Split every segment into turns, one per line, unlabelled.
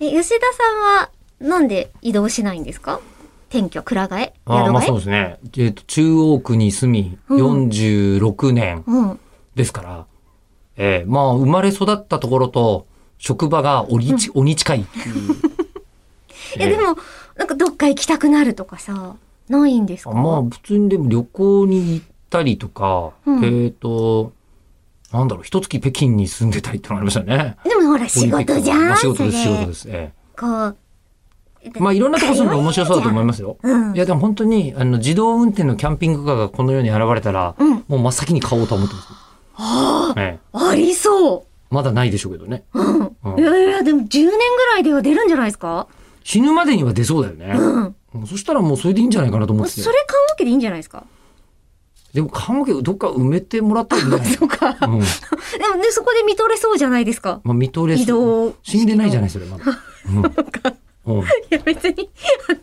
え、吉田さんは、なんで移動しないんですか転居、蔵替え宿
あーまあそ
替
う
え
ですね。えっと、中央区に住み、
うん
46年
うん。
ですから、えーまあ、生まれ育ったところと、職場が鬼ち、鬼近いっていう。
いや、
え
で
ー
も、なんかどっか行きたくなるとかさ、ないんですか
あまあ、普通にでも旅行に行ったりとか、
うん
えっと、なんだろう、一月北京に住んでたりってのがありましたね。
でもほら、仕事じ
ま
ゃ
あ
ん
仕事
それ
です、仕事です。え
こう。
えまあ、いろんなとこ住んで面白そうだと思いますよ。
うん
い。や、でも本当に、あの、自動運転のキャンピングカーがこの世に現れたら、
うん
もう真っ先に買おうと思ってます。ええ
ありそ
まだないでしょうけどね。
う。うん。
うん
いやいや、でも10年ぐらいでは出るんじゃないですか
死ぬまでには出そうだよね。
うん。
うんそしたらもうそれでいいんじゃないかなと思ってて
そ。れ買うわけでいいんじゃないですか
でも、棺桶をどっか埋めてもらったらいいんじゃない
そうか。
うん。
でもね、そこで見とれそうじゃないですか。
まあ、見とれ
移動。
死んでない じゃない、それ、まだ。うん。うん
いや、別に、あの、
まあ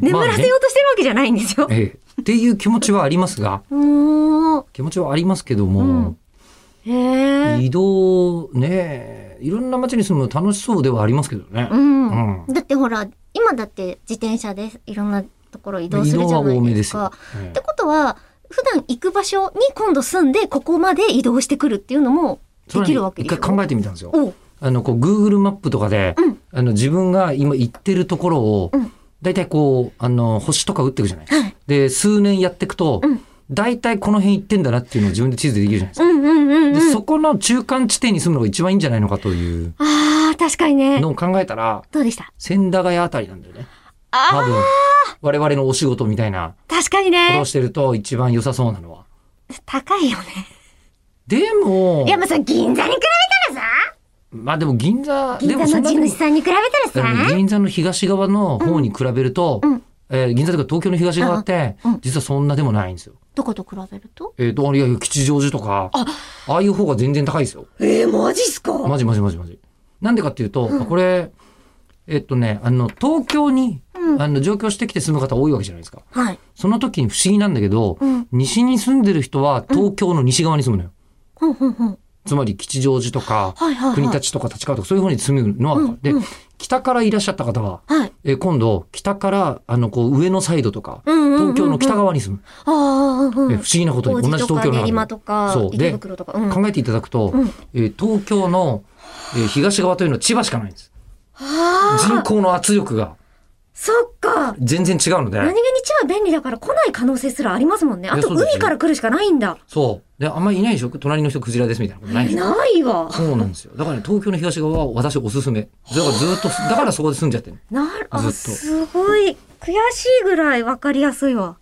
眠
ね
らせようとしてるわけじゃないんですよ。
ええ。っていう気持ちはありますが、
もう、
気持ちはありますけども、
へえ。
移動、ねえ、いろんな街に住むの楽しそうではありますけどね
う。ん。
う
だってほら、今だって自転車です。いろんなところ移動
移
する
動
じ
は
ゃな
多
い
め
で
ですすよ
か。。
え
って
え
ことは、普段行く場所に今度住んで、ここまで移動してくるっていうのも
そ
で
れ
き
ね
るわけでしょ
一回考えてみたんですよ。
おう
あの、こう、Google マップとかで、
うん
あの、自分が今行ってるところを、
うん
だいたいこう、あの、星とか打っていくじゃない、
はい
で、数年やっていくと、
うん
だいたいこの辺行ってんだなっていうのを自分で地図でできるじゃないです
う
か。
んうんうん
で、
うん。
そこの中間地点に住むのが一番いいんじゃないのかという
ああ、確かにね。
のを考えたら、
どうでした
千駄ヶ谷あたりなんだよね。多
ああ、
分、我々のお仕事みたいな
確かに
ことを
ね。
してると一番良さそうなのは。
高いよね。
でも
い、や、まあさ、銀座に比べたらさ、
まあでも銀座、で
銀
も
座
そん
の
な
地
でも
主さんに比べた
だかららね
さ、
銀座の東側の方に比べると、
うんうん
えー銀座とか東京の東側って、
うんうん
実はそんなでもないんですよ。
どこと比べると
えっ、と、あいやいや吉祥寺とか、ああいう方が全然高いですよ。
えー、マジっすか
マジマジマジマジ。なんでかっていうと、これ、えっ、とね、あの、東京に、
うん
あの、上京してきて住む方多いわけじゃないですか。
はい。
その時に不思議なんだけど、
うん
西に住んでる人は東京の西側に住むのよ。
ほんほんほん。
つまり吉祥寺とか、
はいはいはい。
国立とか立川とかそういう方に住むのは、
うん
で
うん、
北からいらっしゃった方は、
はい。
えー今度、北から、あの、こう、上のサイドとか、
うんうんうんうん
東京の北側に住む。
ああ、うんう
え
ん。
ー不思議なことに、同じ東京な
王子とか練馬
の
とか
そう、
池
で
袋とか。うん。
考えていただくと、
うん
えー東京の、えー東側というのは千葉しかないんです。
あ
人
あ、
口の圧力が
そっか。
全然違うの
何
で、
気に千葉便利だから来ない可能性すらありますもんね。あ
いや
と
そうですよ
海から来るしかないんだ。
そう。で、あんまりいないでしょ隣の人クジラですみたいなことないでしょ
ないわ。
そうなんですよ。だからね、東京の東側は私おすすめ。だからずっと、だからそこで住んじゃってる。
なる、あ、
ずっと
すごい。悔しいぐらいわかりやすいわ。